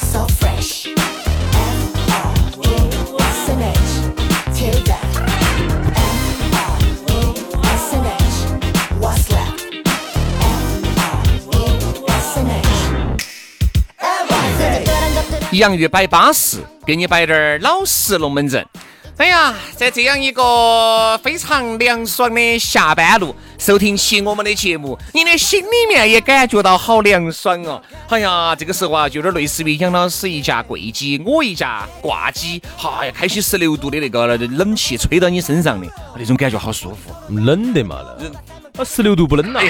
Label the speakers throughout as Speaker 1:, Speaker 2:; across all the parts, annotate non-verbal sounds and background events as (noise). Speaker 1: So fresh. F-R-E-S-N-H. Tilda. F-R-E-S-N-H. What's left? F-R-E-S-N-H.
Speaker 2: 洋芋摆巴适，给你摆点儿老实龙门阵。哎呀，在这样一个非常凉爽的下班路，收听起我们的节目，你的心里面也感觉到好凉爽哦。哎呀，这个时候啊，就有点类似于杨老师一架柜机，我一架挂机，哎呀，开启十六度的那个冷气吹到你身上的那种感觉，好舒服。
Speaker 3: 冷得嘛了，啊，十六度不冷呐、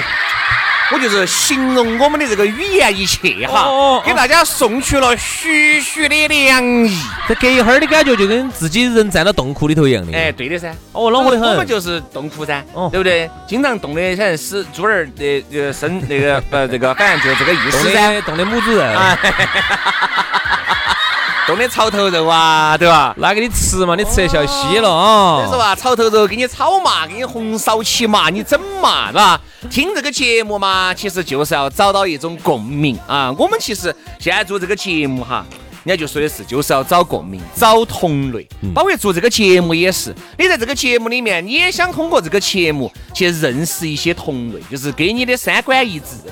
Speaker 2: 我就是形容我们的这个语言一切哈，
Speaker 3: 哦哦哦
Speaker 2: 给大家送去了徐徐的凉意。
Speaker 4: 这隔一会儿的感觉就跟自己人站到洞窟里头一样的。
Speaker 2: 哎，对的噻。
Speaker 4: 哦恼火得很
Speaker 2: 我们就是冻哭噻，
Speaker 4: 哦
Speaker 2: 对不对？经常冻的像是猪儿的呃生那个呃这个，反正就是这个意
Speaker 4: 冻
Speaker 2: 思噻。
Speaker 4: 的冻的母猪肉，
Speaker 2: 冻的草头肉啊，对吧？
Speaker 4: 拿给你吃嘛，你吃得笑稀了
Speaker 3: 哦
Speaker 2: 所以说吧，
Speaker 4: 啊。
Speaker 2: 草头肉给你炒嘛，给你红烧起嘛，你整嘛，是吧？听这个节目嘛，其实就是要找到一种共鸣啊。我们其实现在做这个节目哈。人家就说的是，就是要找共鸣，找同类，包括做这个节目也是。你在这个节目里面，你也想通过这个节目去认识一些同类，就是跟你的三观一致的，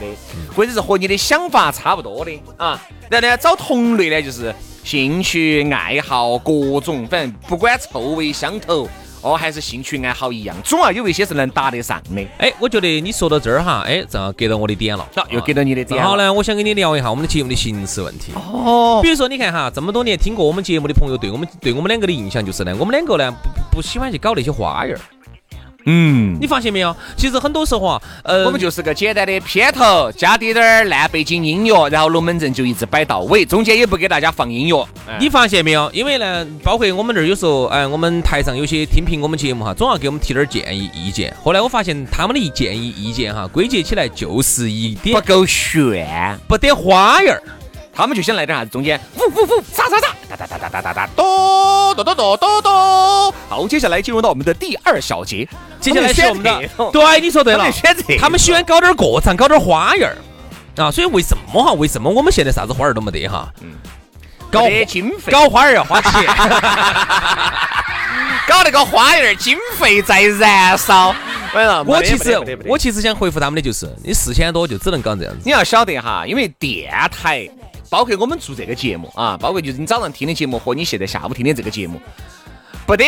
Speaker 2: 或者是和你的想法差不多的啊。然后呢，找同类呢，就是兴趣爱好各种，反正不管臭味相投哦，还是兴趣爱好一样，总要有一些是能搭得上的。
Speaker 4: 哎，我觉得你说到这儿哈，哎，正好给到我的点了
Speaker 2: 好，又给到你的点
Speaker 4: 正好
Speaker 2: 了
Speaker 4: 呢，我想跟你聊一下我们的节目的形式问题。
Speaker 2: 哦，
Speaker 4: 比如说，你看哈，这么多年听过我们节目的朋友，对我们对我们两个的印象就是呢，我们两个呢不不不喜欢去搞那些花样儿。
Speaker 2: 嗯，
Speaker 4: 你发现没有？其实很多时候啊，呃，
Speaker 2: 我们就是个简单的片头，加滴点儿烂背景音乐，然后龙门阵就一直摆到尾，中间也不给大家放音乐。
Speaker 4: 你发现没有？因为呢，包括我们这儿有时候，哎，我们台上有些听评我们节目哈，总要给我们提点儿建议意见。后来我发现他们的建议意见哈，归结起来就是一
Speaker 2: 不
Speaker 4: 点
Speaker 2: 够炫，
Speaker 4: 不得花样儿。
Speaker 2: 他们就想来点啥子中间呜呜呜，啥啥啥，哒哒哒哒哒哒哒，哆哆哆哆哆哆。好，接下来进入到我们的第二小节，
Speaker 4: 接下来是我们
Speaker 2: 他
Speaker 4: 的
Speaker 2: 们选，择
Speaker 4: 对，你说对
Speaker 2: 他
Speaker 4: 了
Speaker 2: 们，选择
Speaker 4: 他们喜欢搞点儿过场，搞点儿花样儿啊。所以为什么哈？为什么我们现在啥子花样儿都没得哈？搞
Speaker 2: 没得经费，
Speaker 4: 搞花样儿要花钱。
Speaker 2: 搞那个花园，经费在燃烧。
Speaker 4: 我其实我其实想回复他们的就是，你四千多就只能搞这样子。
Speaker 2: 你要晓得哈，因为电台，包括我们做这个节目啊，包括就是你早上听的节目和你现在下午听的这个节目，不得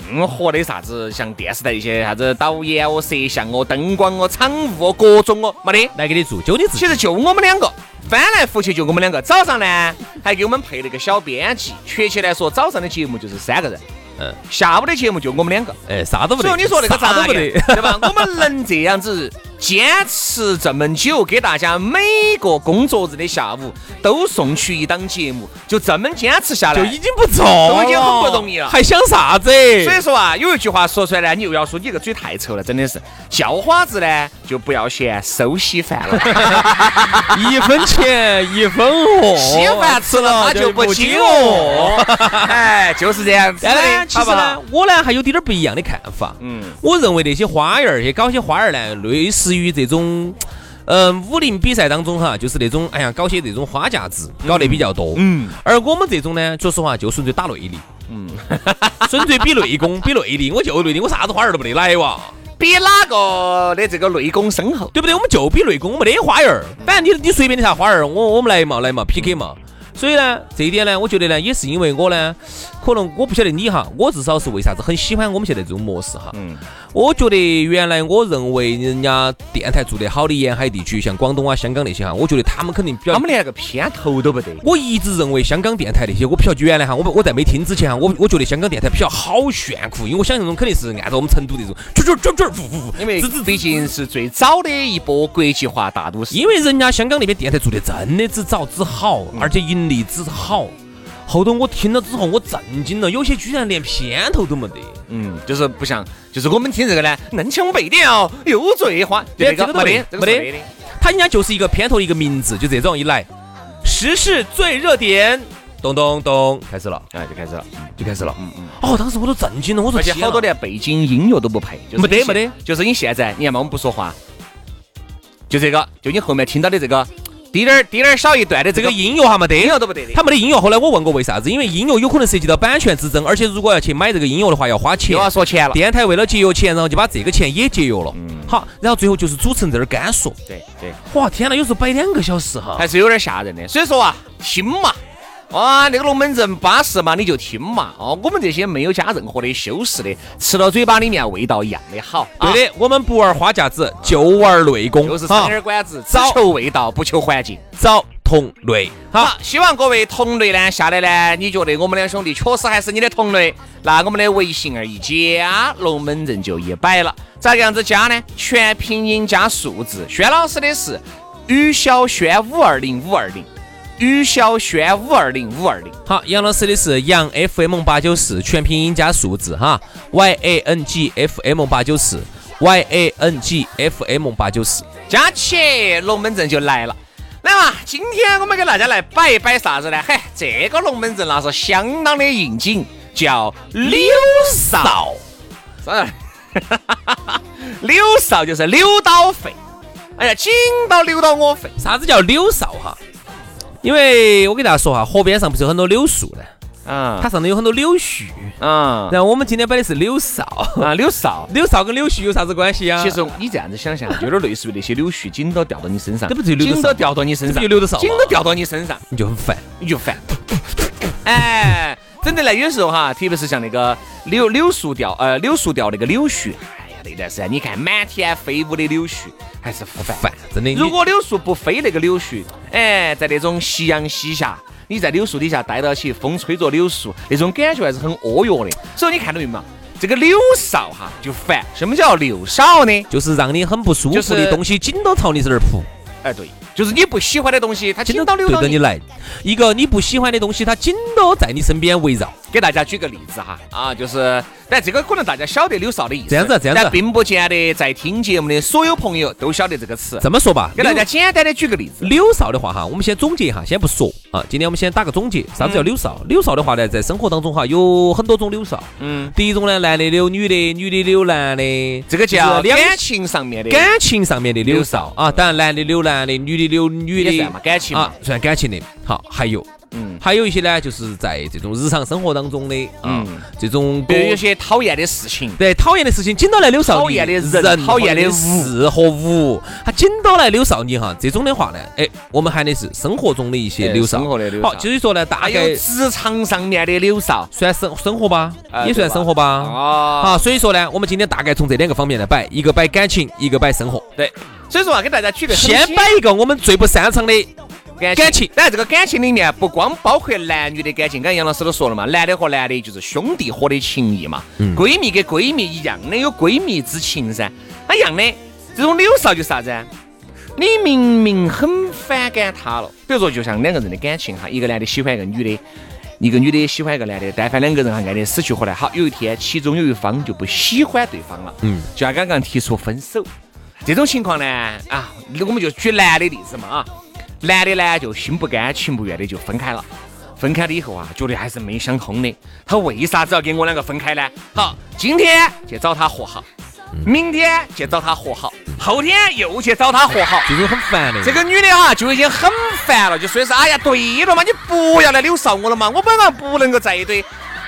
Speaker 2: 任何的啥子像电视台一些啥子导演哦、摄像哦、灯光哦、场务哦、各种哦，没得。
Speaker 4: 来给你做，就你自己
Speaker 2: 其。实就我们两个，翻来覆去就我们两个。早上呢，还给我们配了个小编辑。确切来说，早上的节目就是三个人，
Speaker 4: 嗯，
Speaker 2: 下午的节目就我们两个。
Speaker 4: 哎，啥都不得。
Speaker 2: 所以你说那个咋
Speaker 4: 啥都不
Speaker 2: 样
Speaker 4: 得。
Speaker 2: 对吧？我们能这样子坚持这么久，给大家每个工作日的下午都送去一档节目，就这么坚持下来，
Speaker 4: 就哦已经不错了，
Speaker 2: 都已经很不容易了
Speaker 4: 还想啥子？
Speaker 2: 所以说啊，有一句话说出来呢，你又要说你这个嘴太臭了，真的是叫花子呢就不要嫌收稀饭
Speaker 4: (laughs)
Speaker 2: 了，
Speaker 4: 一分钱一分
Speaker 2: (laughs)
Speaker 4: 货，
Speaker 2: 稀饭吃了 (laughs) 它就不饥
Speaker 4: 哦
Speaker 2: 饿。 (laughs) 哎，就是这样子
Speaker 4: 但
Speaker 2: 的
Speaker 4: 呢，，其
Speaker 2: 好
Speaker 4: 实
Speaker 2: 不
Speaker 4: 呢
Speaker 2: 好？，
Speaker 4: 我呢还有点儿不一样的看法。
Speaker 2: 嗯
Speaker 4: 嗯，我认为那些花样儿，去搞些花样儿呢，类似于这种，嗯，武林比赛当中哈，就是那种，哎呀，搞些这种花架子，搞得比较多。嗯，而我们这种呢，说实话，就纯粹打 (laughs) 内力。嗯，纯粹比内功，比内力，我就内力，我啥子花样儿都不得来哇。
Speaker 2: 比哪个的这个内功深厚。
Speaker 4: 对不对？我们就比内功，我们没得花样儿，反正你你随便的啥花样儿，我我们来嘛来
Speaker 2: 嗯
Speaker 4: 嘛 PK 嘛。所以呢，这一点呢，我觉得呢，也是因为我呢，可能我不晓得你哈，我至少是为啥子很喜欢我们现在这种模式哈。嗯。我觉得原来我认为人家电台做得好的沿海地区，像广东啊、香港那些哈，我觉得他们肯定比较
Speaker 2: 他们连个片头都不得。
Speaker 4: 我一直认为香港电台那些，我不晓得原来哈，我不我在没听之前哈，我我觉得香港电台比较好炫酷，因为我想象中肯定是按照我们成都这种卷卷卷卷，呜呜呜，
Speaker 2: 因为
Speaker 4: 吱吱吱
Speaker 2: 毕竟是最早的一波国际化大都市，
Speaker 4: 因为人家香港那边电台做的真的之早之好，而且盈利之好。后头我听了之后，我震惊了，有些居然连片头都没得。
Speaker 2: 嗯，就是不像，就是我们听这个呢，南腔北调又醉花，就这
Speaker 4: 对
Speaker 2: 个
Speaker 4: 这个
Speaker 2: 没
Speaker 4: 都
Speaker 2: 得
Speaker 4: 没得
Speaker 2: 这个是没
Speaker 4: 没
Speaker 2: 得
Speaker 4: 得。他人家就是一个片头一个名字，就这种一来，时事最热点，咚咚咚，开始了，
Speaker 2: 哎，就开始了，
Speaker 4: 就开始了。嗯嗯。哦，当时我都震惊了，我说
Speaker 2: 而且
Speaker 4: 天啊
Speaker 2: 好多连背景音乐都不配，就是
Speaker 4: 没得
Speaker 2: 你现
Speaker 4: 没得，
Speaker 2: 就是你现在，你看嘛，我们不说话，就这个，就你后面听到的这个滴点儿滴点儿小一段的这
Speaker 4: 这
Speaker 2: 个
Speaker 4: 个
Speaker 2: 音
Speaker 4: 音乐哈没得，
Speaker 2: 乐都不得的，
Speaker 4: 他没得音乐。后来我问过为啥子，因为音乐有可能涉及到版权之争，而且如果要去买这个音乐的话，要花钱
Speaker 2: 又。要说钱了。
Speaker 4: 电台为了节约钱，然后就把这个钱也节约了。
Speaker 2: 嗯
Speaker 4: 好，然后最后就是主持人在那儿干说，
Speaker 2: 对对，
Speaker 4: 哇天呐，有时候摆两个小时哈。
Speaker 2: 还是有点吓人的。所以说啊，听嘛，啊，那个龙门阵巴适嘛，你就听嘛。哦，我们这些没有加任何的修饰的，吃到嘴巴里面味道一样的好。啊
Speaker 4: 对的，我们不玩花架子，就玩内功，
Speaker 2: 就是
Speaker 4: 哈
Speaker 2: 三根管子，只
Speaker 4: 早
Speaker 2: 求味道，不求环境。
Speaker 4: 找同类。好，
Speaker 2: 好，希望各位同类呢，下来呢，你觉得我们两兄弟确实还是你的同类，那我们的微信儿一加，龙门阵就一摆了。咋个样子加呢？全拼音加数字。轩老师的是于小轩五二零五二零，于小轩五二零五二零。
Speaker 4: 好，杨老师的是杨 FM 八九四，全拼音加数字哈，Y A N G F M 八九四，Y A N G F M 八九四。
Speaker 2: 加起龙门阵就来了。来嘛，今天我们给大家来摆一摆啥子呢？嘿，这个龙门阵那是相当的应景，叫柳哨。 (laughs) 啥？柳哨就是柳刀费。哎呀，紧到柳到我费。
Speaker 4: 啥子叫柳哨哈？因为我给大家说哈，河边上不是有很多柳树呢，
Speaker 2: 嗯
Speaker 4: 它上头有很多柳絮。
Speaker 2: 嗯
Speaker 4: 然后我们今天摆的是柳哨， (laughs)
Speaker 2: 啊，柳哨。
Speaker 4: 柳哨跟柳絮有啥子关系啊？
Speaker 2: 其实你这样子想想，就有点类似于那些柳絮紧到掉到你身上，
Speaker 4: 这不就柳
Speaker 2: 紧
Speaker 4: 梢
Speaker 2: 到掉到你身
Speaker 4: 这
Speaker 2: 上，
Speaker 4: 不就柳梢吗
Speaker 2: 紧到掉到你身上。
Speaker 4: 你就很烦。
Speaker 2: 你就烦。哎，真的呢，有时候哈，特别是像那个柳柳树吊，呃，柳树吊那个柳絮，哎呀，那段时间你看满天飞舞的柳絮，还是烦
Speaker 4: 烦，真的。
Speaker 2: 如果柳树不飞那个柳絮，哎，在那种夕阳西下，你在柳树底下待到起，风吹着柳树，那种感觉还是很婀娜的。所以你看到没有嘛？这个柳哨哈就烦。什么叫柳哨呢？
Speaker 4: 就是让你很不舒
Speaker 2: 就
Speaker 4: 服
Speaker 2: 是
Speaker 4: 的东西，紧到朝你这儿扑，
Speaker 2: 哎，对，就是你不喜欢的东西，它紧到
Speaker 4: 对
Speaker 2: 柳到
Speaker 4: 着
Speaker 2: 你
Speaker 4: 你来。一个你不喜欢的东西，它紧到在你身边围绕。
Speaker 2: 给大家举个例子哈，啊，就是，但这个可能大家晓得柳哨的意思，
Speaker 4: 这样子这样子
Speaker 2: 但并不见得在听节目的所有朋友都晓得这个词。
Speaker 4: 这么说吧，
Speaker 2: 给大家简单的举个例子，
Speaker 4: 柳哨的话哈，我们先总结一下，先不说啊。今天我们先打个总结，啥
Speaker 2: 嗯
Speaker 4: 子叫柳哨？柳哨的话呢，在生活当中哈，有很多种柳哨。
Speaker 2: 嗯，
Speaker 4: 第一种呢，男的柳，女的，女的柳男的，
Speaker 2: 这个叫
Speaker 4: 就是两
Speaker 2: 感情上面的，
Speaker 4: 感情上面的柳哨啊。当然，男的柳男的，女的柳女
Speaker 2: 也
Speaker 4: 的
Speaker 2: 算嘛，感情嘛
Speaker 4: 啊，，算感情的。好，还有，
Speaker 2: 嗯，
Speaker 4: 还有一些呢，就是在这种日常生活当中的啊
Speaker 2: 嗯，
Speaker 4: 这种
Speaker 2: 比
Speaker 4: 多
Speaker 2: 如有些讨厌的事情，
Speaker 4: 对讨厌的事情，紧到来柳哨你
Speaker 2: 讨厌的人
Speaker 4: 人
Speaker 2: 讨厌的
Speaker 4: 或者
Speaker 2: 物
Speaker 4: 事和物，它紧到来柳哨你哈。这种的话呢，哎，我们喊的是生活中的一些
Speaker 2: 哎
Speaker 4: 柳哨。
Speaker 2: 生活的柳
Speaker 4: 好，
Speaker 2: 哨
Speaker 4: 所以说呢，大
Speaker 2: 还
Speaker 4: 概
Speaker 2: 有职场上面的柳哨，
Speaker 4: 算生生活吧
Speaker 2: 哎，
Speaker 4: 也
Speaker 2: 对
Speaker 4: 算
Speaker 2: 吧
Speaker 4: 生活吧。
Speaker 2: 哦，
Speaker 4: 啊，所以说呢，我们今天大概从这两个方面来摆，一个摆感情，一个摆生活。
Speaker 2: 对，所以说啊，给大家举个很
Speaker 4: 先摆一个我们最不擅长的，
Speaker 2: 感
Speaker 4: 感情
Speaker 2: 当然，这个感情里面不光包括男女的感情，刚才杨老师都说了嘛，男的和男的就是兄弟伙的情谊嘛，闺蜜跟闺蜜一样的有闺蜜之情噻，那一样的这种柳哨就是啥子啊？你明明很反感他了，比如说就像两个人的感情哈，一个男的喜欢一个女的，一个女的喜欢一个男的，但凡两个人哈爱得死去活来，好，有一天其中有一方就不喜欢对方了，嗯，就像刚刚提出分手，这种情况呢，啊，我们就举男的例子嘛啊，男的呢就心不甘情不愿的就分开了。分开了以后啊，觉得还是没想通的，他为啥子要跟我两个分开呢？好，今天去找他和好，明天去找他和好，后天又去找他和好，
Speaker 4: 这种很烦的。
Speaker 2: 这个女的哈、就已经很烦了，就说是哎呀，对了嘛，你不要来柳梢我了嘛，我本来不能够在一堆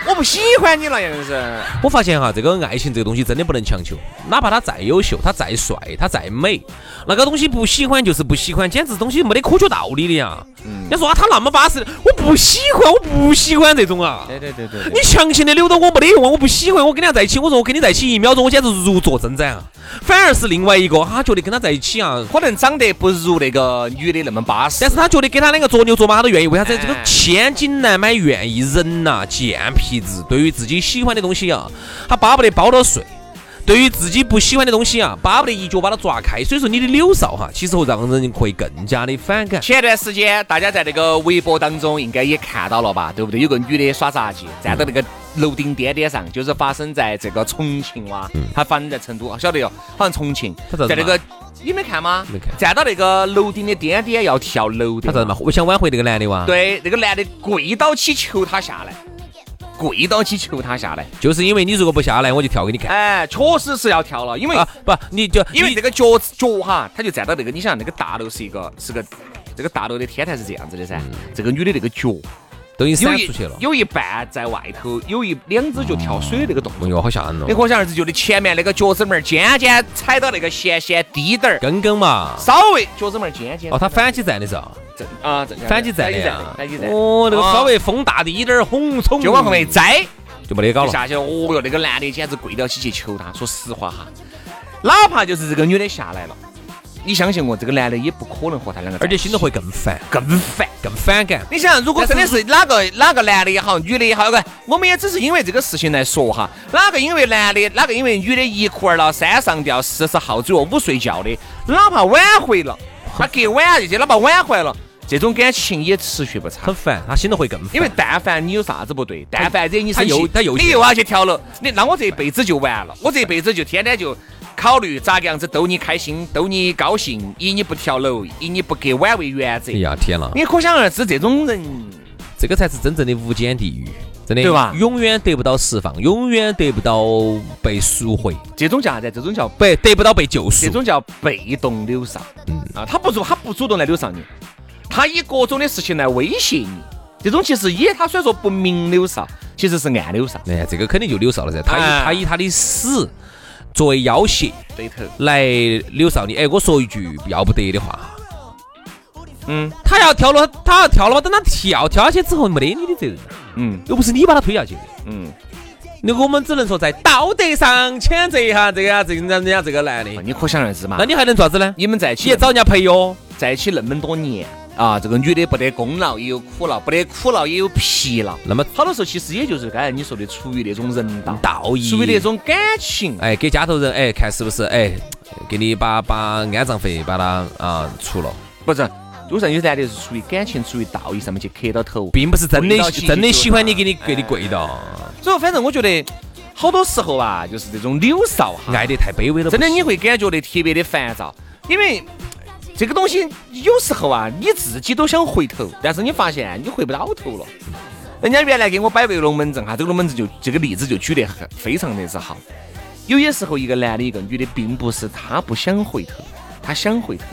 Speaker 2: 我不喜欢你那样子。
Speaker 4: 我发现哈，这个爱情这个东西真的不能强求，哪怕他再优秀，他再帅，他再美，那个东西不喜欢就是不喜欢，简直东西没得科学道理的呀。人家说啊，他那么巴适，我不喜欢，我不喜欢这种啊。
Speaker 2: 对对对
Speaker 4: 你强行的扭到我没得用啊，我不喜欢，我跟人家在一起，我说我跟你在一起一秒钟，我简直如坐针毡啊。反而是另外一个，他觉得跟他在一起啊，
Speaker 2: 可能长得不如那个女的那么巴适
Speaker 4: 但，是他觉得跟他两个做牛做马，他都愿意。为啥子？这个
Speaker 2: 哎
Speaker 4: 千金难买愿意人呐、贱皮子。对于自己喜欢的东西啊，他巴不得包到碎；对于自己不喜欢的东西啊，巴不得一脚把它抓开。所以说，你的柳少哈，其实会让人会更加的反感。
Speaker 2: 前段时间大家在那个微博当中应该也看到了吧，对不对？有个女的耍杂技，站到那个楼顶颠颠上，就是发生在这个重庆哇、她发生在成都，哦晓得哟，好像重庆
Speaker 4: 她咋，子
Speaker 2: 在那
Speaker 4: 嘛
Speaker 2: 个你嗯没看吗？
Speaker 4: 没看
Speaker 2: 站到那个楼顶的颠颠要跳啊楼的，
Speaker 4: 他咋子嘛？我想挽回那个男的哇，，
Speaker 2: 对，那个男的跪倒起求她下来，跪倒起求她下来，
Speaker 4: 就是因为你如果不下来，我就跳给你看
Speaker 2: 哎，确实是要跳了，因为
Speaker 4: 啊！不，你就
Speaker 2: 哎因为
Speaker 4: 你
Speaker 2: 这个脚趾脚哈，他就站到那个，你想那个大楼是一个是个这个大楼的天台是这样子的噻，这个女的那个脚
Speaker 4: 都已经
Speaker 2: 有
Speaker 4: 闪
Speaker 2: 一
Speaker 4: 出去了。
Speaker 2: 有一半在外头，有一两只脚跳水的那个动
Speaker 4: 哎
Speaker 2: 作。
Speaker 4: 呦，好吓人
Speaker 2: 你
Speaker 4: 哦！
Speaker 2: 可想而知，就那前面那个脚趾门儿尖尖踩到那个线线低点儿，
Speaker 4: 根根嘛，
Speaker 2: 稍微脚趾门儿尖尖。
Speaker 4: 哦，他反击战的是吧？
Speaker 2: 正啊正
Speaker 4: 反击战
Speaker 2: 站
Speaker 4: 的
Speaker 2: 站
Speaker 4: 呀
Speaker 2: 反击！站，
Speaker 4: 哦，那个
Speaker 2: 啊
Speaker 4: 稍微风大的一点儿，轰冲
Speaker 2: 就往后面一摘
Speaker 4: 就没得搞
Speaker 2: 就
Speaker 4: 了。
Speaker 2: 下去了。哦哟，那个男的简直跪到起去求她。说实话哈，哪怕就是这个女的下来了，你相信我，这个男的也不可能和她两个在一起。
Speaker 4: 而且心头会更烦、
Speaker 2: 更烦。
Speaker 4: 更反感。
Speaker 2: 你想，如果真的是哪个哪个男的也好，女的也好，个我们也只是因为这个事情来说哈，哪个因为男的，哪个因为女的一哭二闹三上吊，四十号左右不睡觉的，哪怕挽回了，他隔晚这些，哪怕挽回了，这种感情也持续不长。
Speaker 4: 很烦，他心头会更烦。
Speaker 2: 因为但凡你有啥子不对，但凡惹你生
Speaker 4: 他
Speaker 2: 气
Speaker 4: 又，他又
Speaker 2: 你又要啊去跳楼，你那我这一辈子就完了，我这一辈子就天天就考虑咋个样子逗你开心，逗你高兴，以你不跳楼，以你不割腕为原则
Speaker 4: 哎。呀天哪，
Speaker 2: 你可想而知，这种人
Speaker 4: 这个才是真正的无间地狱，真的，
Speaker 2: 对吧
Speaker 4: 永远得不到释放，永远得不到被赎回，
Speaker 2: 这种叫啥子？这种叫
Speaker 4: 不得不到被救赎
Speaker 2: 这。种叫被动扭伤。
Speaker 4: 嗯
Speaker 2: 啊，他不主他不主动来扭伤你，他以各种的事情来威胁你。这种其实也他虽然说不明扭伤，其实是暗扭伤。
Speaker 4: 哎呀，这个肯定就柳少了噻，他以
Speaker 2: 哎
Speaker 4: 他以他的死作为要挟
Speaker 2: 对头，
Speaker 4: 来柳少你。哎，我说一句要不得的话，
Speaker 2: 嗯
Speaker 4: 他要跳了，他要跳了，等他跳跳下去之后没得你的责任，
Speaker 2: 嗯
Speaker 4: 又不是你把他推下去的。
Speaker 2: 嗯，
Speaker 4: 那我们只能说在道德上谴责一下这个这个人家这个男的，
Speaker 2: 你可想而知嘛
Speaker 4: 那。你还能咋子呢？
Speaker 2: 哎你们在一
Speaker 4: 你
Speaker 2: 起
Speaker 4: 也找人家哦赔哟。
Speaker 2: 在一起那么多年啊，这个女的不得功劳也有苦劳，不得苦劳也有疲劳。
Speaker 4: 那么
Speaker 2: 好多时候其实也就是刚才你说的，出于那种人道，
Speaker 4: 道义，
Speaker 2: 出于那种感情。
Speaker 4: 哎，给家头人哎，看是不是哎，给你把把安葬费把它啊出了，
Speaker 2: 不是，有时有男的是出于感情、出于道义上面去磕到头，
Speaker 4: 并不是真
Speaker 2: 跪
Speaker 4: 的
Speaker 2: 到起
Speaker 4: 真的
Speaker 2: 就
Speaker 4: 喜欢你，
Speaker 2: 打
Speaker 4: 给你给你
Speaker 2: 哎
Speaker 4: 跪到，
Speaker 2: 所以反正我觉得好多时候啊，就是这种柳少哈，
Speaker 4: 爱得太卑微了。
Speaker 2: 真的
Speaker 4: 不
Speaker 2: 你
Speaker 4: 行
Speaker 2: 会感觉得特别的烦躁，因为这个东西有时候啊，你自己都想回头，但是你发现你回不到头了。人家原来给我摆位龙门阵哈，啊这个龙门阵就这个例子就举得很非常的之好。有些时候，一个男的，一个女的，并不是他不想回头，他想回头，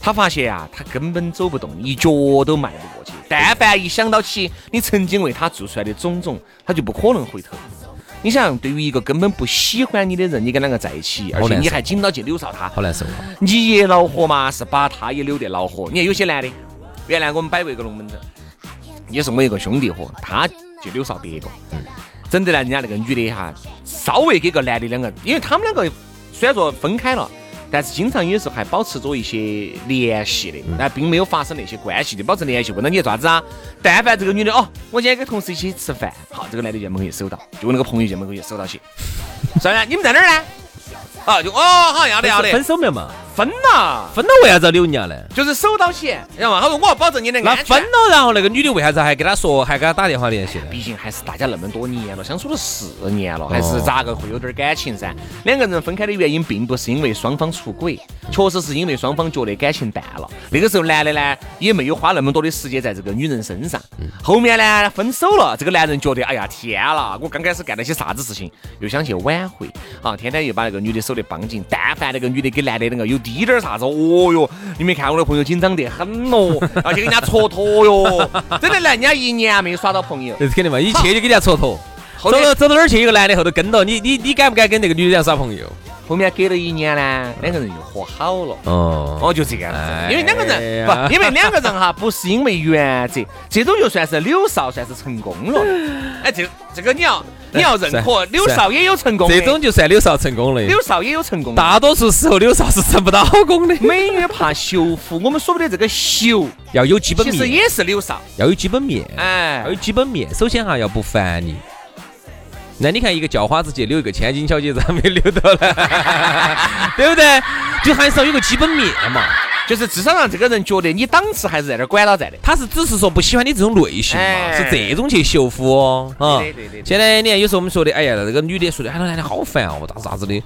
Speaker 2: 他发现啊，他根本走不动，一脚都迈不过去。但凡一想到起你曾经为他做出来的种种，他就不可能回头。你想，对于一个根本不喜欢你的人，你跟两个在一起，而
Speaker 4: 好
Speaker 2: 且
Speaker 4: 难
Speaker 2: 你
Speaker 4: 受
Speaker 2: 还紧到去扭到他，
Speaker 4: 好难受啊，
Speaker 2: 你也恼火嘛，是把他也扭得恼火。你看有些男的，原来我们摆过一个龙门阵，也是我一个兄弟伙，他就扭上别个，整得来人家那个女的哈，稍微给个男的两个，因为他们两个虽然说分开了。但是经常有时候还保持着一些联系的，那并没有发生那些关系的，保持联系。问到你做啥子啊？但凡这个女的哦，我今天跟同事一起吃饭，好，这个男的就在门口一收到，就我那个朋友就在门口一收到去。 (laughs) 算了，你们在哪儿呢？啊，就哦，好，要得要得，
Speaker 4: 分手没嘛？
Speaker 2: 分了，
Speaker 4: 分了为啥子要扭人家呢？
Speaker 2: 就是手到起，知道吗？他说我要保证你的
Speaker 4: 那
Speaker 2: 安全。啊
Speaker 4: 分了，然后那个女的为啥子还给他说，还给他打电话联系呢？
Speaker 2: 毕竟还是大家那么多年了，相处了四年了，还是咋个会有点感情噻？两个人分开的原因并不是因为双方出轨，确实是因为双方觉得感情淡了。那个时候男的呢也没有花那么多的时间在这个女人身上。后面呢分手了，这个男人觉得哎呀天啦，我刚开始干了些啥子事情，又想去挽回啊，天天又把那个女的手得绑紧。但凡那个女的跟男的那个有滴点儿啥子，哦哟，你没看我的朋友紧张得很哦咯，要去跟人家蹉跎哟，真的来人家一年没耍到朋友。
Speaker 4: 那是肯定嘛，一去就给人家戳头，
Speaker 2: 后
Speaker 4: 走
Speaker 2: 面
Speaker 4: 到走到哪儿去，一个男的后头跟到你，你你敢不敢跟那个女的要耍朋友？
Speaker 2: 后面隔了一年呢，两个人又和好了。
Speaker 4: 哦，
Speaker 2: 哦，就这个样
Speaker 4: 哎
Speaker 2: 子因
Speaker 4: 呀，
Speaker 2: 为两个人不，因为两个人哈，不是因为原则，这种就算是柳少算是成功
Speaker 4: (laughs)
Speaker 2: 了。哎，这个这个你要你要认可，
Speaker 4: 是
Speaker 2: 柳少也有成功的，
Speaker 4: 这种就算柳少成功了。
Speaker 2: 柳少也有成功的。
Speaker 4: 大多数时候柳少是成不到功的，
Speaker 2: 美女怕修复，我们说的这个修，
Speaker 4: 要有基本
Speaker 2: 其实
Speaker 4: 面，
Speaker 2: 也是柳少。
Speaker 4: 要有基本面，
Speaker 2: 哎
Speaker 4: 要有，基本面。首先哈，要不烦你。那你看一个叫花子姐留一个千金小姐，咋没留到呢？ (laughs) 对不对？就还是要有个基本面嘛。
Speaker 2: 就是至少让这个人觉得你档次还是在这儿管到在的。
Speaker 4: 他是只是说不喜欢你这种类型嘛，
Speaker 2: 哎
Speaker 4: 是这种去修复哦，啊
Speaker 2: 对对对对。
Speaker 4: 现在你看，有时候我们说的，哎呀，那个女的说的，哎，那男的好烦哦，我打啥子的？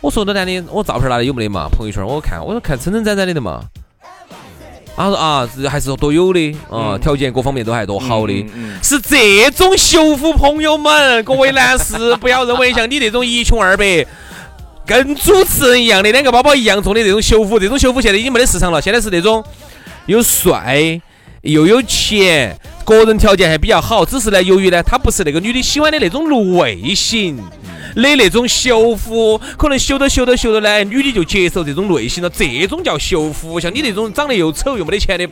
Speaker 4: 我说那男的，我照片拿的有没得嘛？朋友圈我看，我说看撑撑展展的的嘛。他说啊，是还是都有的啊，条件各方面都还多好的
Speaker 2: 嗯嗯，
Speaker 4: 是这种修复，朋友们，各位男士不要认为像你这种一穷二白。 (laughs) 跟主持人一样的，两个包包一样重的这种修复，这种修复现在已经没得市场了。现在是那种又帅又有钱，个人条件还比较好，只是呢，由于呢，他不是那个女的喜欢的那种类型的那种修复，可能修着修着修着呢，女的就接受这种类型了，这种叫修复。像你这种长得又丑又没得钱的，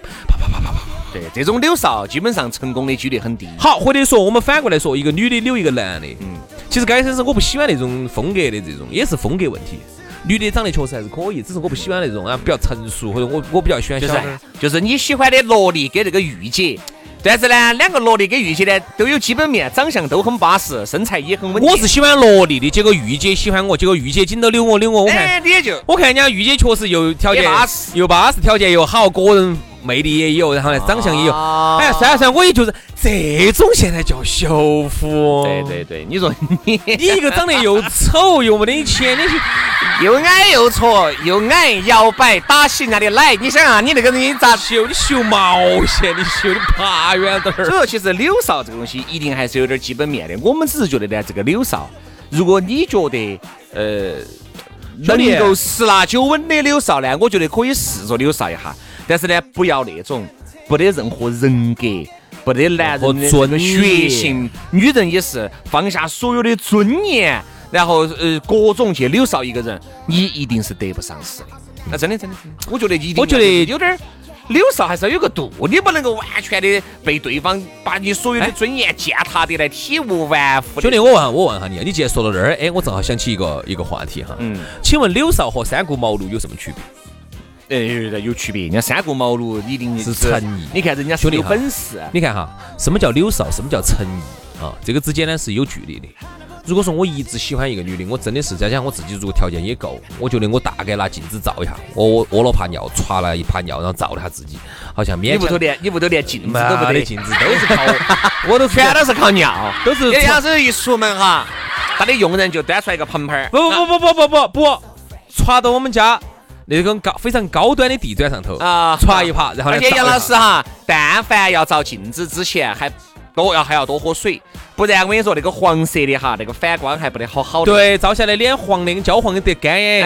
Speaker 2: 对，这种柳少基本上成功的几率很低。
Speaker 4: 好，或者说我们反过来说，一个女的留一个男的，嗯，其实该先生我不喜欢那种风格的这种，也是风格问题。女的长得确实还是可以，只是我不喜欢那种啊比较成熟，或者我我比较喜欢
Speaker 2: 就
Speaker 4: 小
Speaker 2: 是啊
Speaker 4: 点儿
Speaker 2: 就是你喜欢的萝莉跟这个御姐，但是呢，两个萝莉跟御姐呢都有基本面，长相都很巴适，身材也很稳定。
Speaker 4: 我是喜欢萝莉的，结果御姐喜欢我，结果御姐紧到扭我扭我，我看
Speaker 2: 哎，你也就
Speaker 4: 我看人家御姐确实又条件
Speaker 2: 也巴适
Speaker 4: 又巴适，条件又好，个人魅力也有，然后呢长相也有。
Speaker 2: 啊
Speaker 4: 哎，算了算了，我也就是这种现在叫修复。
Speaker 2: 对对对，你说你
Speaker 4: 你一个长得又丑又没得钱，你去
Speaker 2: 又矮又矬又矮，摇摆打起人家的奶，你想啊，你那个人你咋？
Speaker 4: 修你修毛线，你修的爬远点
Speaker 2: (laughs) 所以
Speaker 4: 儿。
Speaker 2: 说，其实柳少这个东西一定还是有点基本面的。我们只是觉得呢，这个柳少，如果你觉得呃
Speaker 4: 兄弟
Speaker 2: 能够十拿九稳的柳少呢，我觉得可以试着柳少一下。但是呢，不要那种没得任何人格、没得男人的
Speaker 4: 任何
Speaker 2: 这个
Speaker 4: 尊
Speaker 2: 血
Speaker 4: 严
Speaker 2: 性，女人也是放下所有的尊严，然后呃各种去柳少一个人，你一定是得不偿失的。那真的真的，真的我觉得一定要，
Speaker 4: 我觉得
Speaker 2: 有点儿柳少还是要有个度，你不能够完全的被对方把你所有的尊严践踏的来体无完肤的。
Speaker 4: 兄弟，我问下，我问下你，你既然说到这儿，哎，我正好想起一个一个话题哈。
Speaker 2: 嗯，
Speaker 4: 请问柳少和三顾茅庐有什么区别？
Speaker 2: 哎，有有区别，人家三顾茅庐一定
Speaker 4: 是
Speaker 2: 诚
Speaker 4: 诚意
Speaker 2: 你看人家是
Speaker 4: 兄弟
Speaker 2: 有
Speaker 4: 哈
Speaker 2: 本事，
Speaker 4: 你看哈，什么叫柳少，什么叫诚意啊？这个之间呢是有距离的。如果说我一直喜欢一个女的，我真的是再加上我自己如果条件也够，我觉得我大概拿镜子照一下，我我屙了泡尿，歘了一泡尿，然后照了下自己，好像
Speaker 2: 你
Speaker 4: 勉
Speaker 2: 屋头
Speaker 4: 强
Speaker 2: 连你屋头连镜子
Speaker 4: 没
Speaker 2: 都不
Speaker 4: 得
Speaker 2: 得，
Speaker 4: 镜子都是 (laughs) 靠我，我都是
Speaker 2: 全都是靠尿，
Speaker 4: 都是
Speaker 2: 人家是一出门哈，他的佣人就端出来一个盆盆儿，
Speaker 4: 不不不不不不不，歘到我们家那种高非常高端的地砖上头
Speaker 2: 啊
Speaker 4: 歘一趴，然后呢
Speaker 2: 而且
Speaker 4: 照
Speaker 2: 杨
Speaker 4: 一
Speaker 2: 老
Speaker 4: 下
Speaker 2: 师哈，但凡要照镜子之前还多要还要多喝水，不然我跟你说那个黄色的哈，那个反光还不得好好的。
Speaker 4: 对，照下来脸黄的跟焦黄的得干
Speaker 2: (laughs)
Speaker 4: 耶，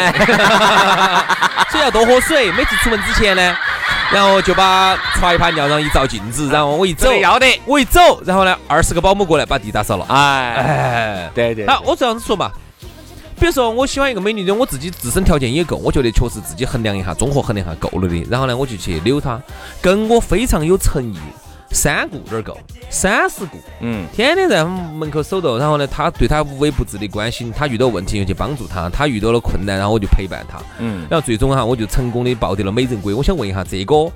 Speaker 4: 所以要多喝水。每次出门之前呢，然后就把歘一把尿，然后一照镜子，然后我一走
Speaker 2: 真的，要得。
Speaker 4: 我一走，然后呢，二十个保姆过来把地打扫了。
Speaker 2: 哎，
Speaker 4: 哎，
Speaker 2: 对对
Speaker 4: 那我这样子说嘛。比如说，我喜欢一个美女的，我自己自身条件也够，我觉得确实自己衡量一下，综合衡量一下够了的。然后呢，我就去溜她，跟我非常有诚意，三顾哪儿够，三十顾，
Speaker 2: 嗯，
Speaker 4: 天天在门口守着，然后呢，他对他无微不至的关心，他遇到问题就去帮助他，他遇到了困难，然后我就陪伴他，
Speaker 2: 嗯，
Speaker 4: 然后最终哈，我就成功的抱得了美人归。我想问一下，这个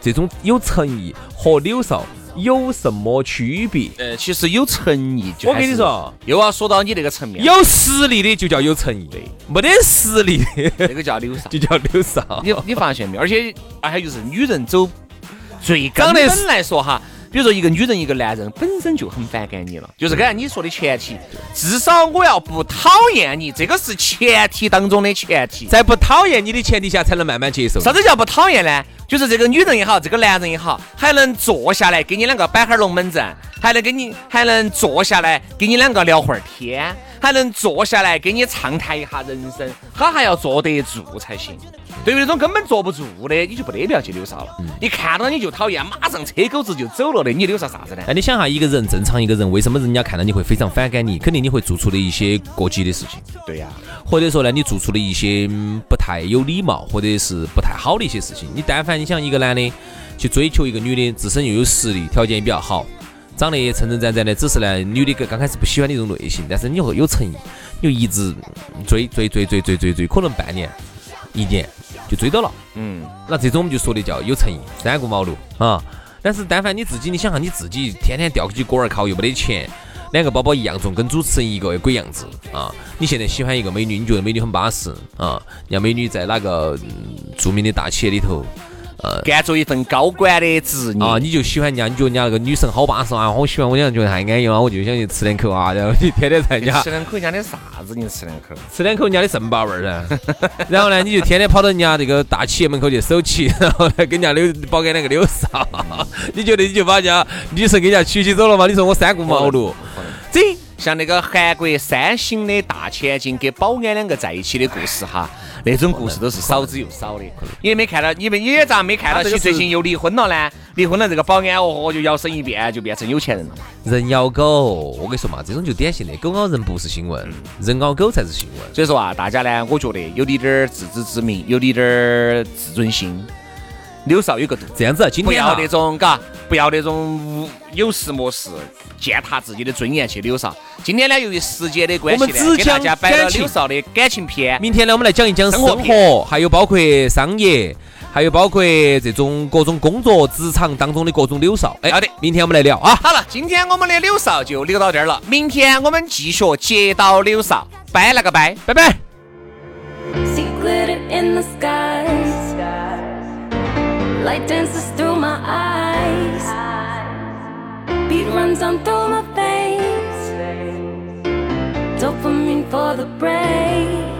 Speaker 4: 这种有诚意和柳少有什么区别？
Speaker 2: 呃，其实有诚意就
Speaker 4: 我
Speaker 2: 还
Speaker 4: 跟你
Speaker 2: 是
Speaker 4: 说，
Speaker 2: 又要说到你那个层面，
Speaker 4: 有实力的就叫有诚意，没得实力的 (laughs)
Speaker 2: 那个叫柳少。
Speaker 4: 就叫柳少。
Speaker 2: (laughs) 你你发现没有？而且而且就是女人走最
Speaker 4: 长
Speaker 2: 根
Speaker 4: 得
Speaker 2: 本来说哈，比如说一个女人一个男人本身就很反感你了，就是刚才你说的前提，至少我要不讨厌你，这个是前提当中的前提。
Speaker 4: 在不讨厌你的前提下，才能慢慢接受。
Speaker 2: 啥子叫不讨厌呢？就是这个女人也好，这个男人也好，还能坐下来给你两个摆哈儿龙门阵，还能给你还能坐下来给你两个聊会儿天，还能坐下来给你畅谈一下人生，他还要坐得住才行。对于那种根本坐不住的，你就不得不要去溜啥
Speaker 4: 嗯
Speaker 2: 了。你看到你就讨厌，马上车钩子就走了的，你溜啥啥子呢？
Speaker 4: 哎，你想哈，一个人正常一个人，为什么人家看到你会非常反感你？肯定你会做出的一些过激的事情，
Speaker 2: 对呀、
Speaker 4: 或者说呢，你做出了一些嗯不太有礼貌，或者是不太好的一些事情。你但凡你想一个男的去追求一个女的，自身又有实力，条件也比较好，长得也称称赞赞的，只是呢，女的刚刚开始不喜欢你这种类型，但是你会有诚意，你就一直嗯追追追追追追追，可能半年、一年就追到了。
Speaker 2: 嗯，
Speaker 4: 那这种我们就说的叫有诚意，三顾茅庐啊。但是但凡你自己，你想哈，你自己天天吊起锅儿烤，又没得钱，两个包包一样重，跟主持人一个鬼样子啊！你现在喜欢一个美女，你觉得美女很巴适啊？人家美女在哪个、嗯著名的大企业里头
Speaker 2: 干做一份高管的职业
Speaker 4: 啊，你就喜欢人家，你觉得人家那个女神好巴适啊，我喜欢，我想觉得太安逸了，我就想去吃两口啊，然后你天天在人家
Speaker 2: 吃两口人家的啥子？你吃两口，
Speaker 4: 吃两口人家的肾巴味儿噻， (laughs) 然后呢，你就天天跑到人家这个大企业门口去手起，然后呢跟人家溜保安两个溜哨， (laughs) 你觉得你就把人家女神给人家娶起走了吗？你说我三顾茅庐，这
Speaker 2: 像那个韩国三星的大前进跟保安两个在一起的故事哈，那种故事都是少之又少的。
Speaker 4: 哦
Speaker 2: 你也没看到，你们你也咋没看到？
Speaker 4: 他这个
Speaker 2: 其最
Speaker 4: 是
Speaker 2: 近又离婚了呢？离婚了，这个保安哦豁就摇身一变就变成有钱人了。
Speaker 4: 人咬狗，我跟你说嘛，这种就典型的狗咬人不是新闻，
Speaker 2: 嗯
Speaker 4: 人咬狗才是新闻。
Speaker 2: 所以说啊，大家呢，我觉得有滴点儿自知之明，有滴点儿自尊心，柳少有个度。
Speaker 4: 这样子啊，今
Speaker 2: 不
Speaker 4: 天
Speaker 2: 要
Speaker 4: 哈
Speaker 2: 那种，嘎，不要那种无有事没事践踏自己的尊严去柳少。今天呢，由于时间的关系
Speaker 4: 我
Speaker 2: 呢
Speaker 4: 们，只
Speaker 2: 给
Speaker 4: 讲
Speaker 2: 大家摆了
Speaker 4: 感情
Speaker 2: 柳少的感情篇。
Speaker 4: 明天呢，我们来讲一讲生
Speaker 2: 生活
Speaker 4: 活，还有包括商业，还有包括这种各种工作、职场当中的各种柳哨。哎，
Speaker 2: 好的
Speaker 4: 明天我们来聊啊，
Speaker 2: (laughs) 好了，今天我们的柳少就柳到这儿了，明天我们继续接到柳少，拜了个拜。
Speaker 4: 拜拜。
Speaker 5: secret in the skies. Light dances through my eyes. Beat runs on through my veins. Dopamine for the brain.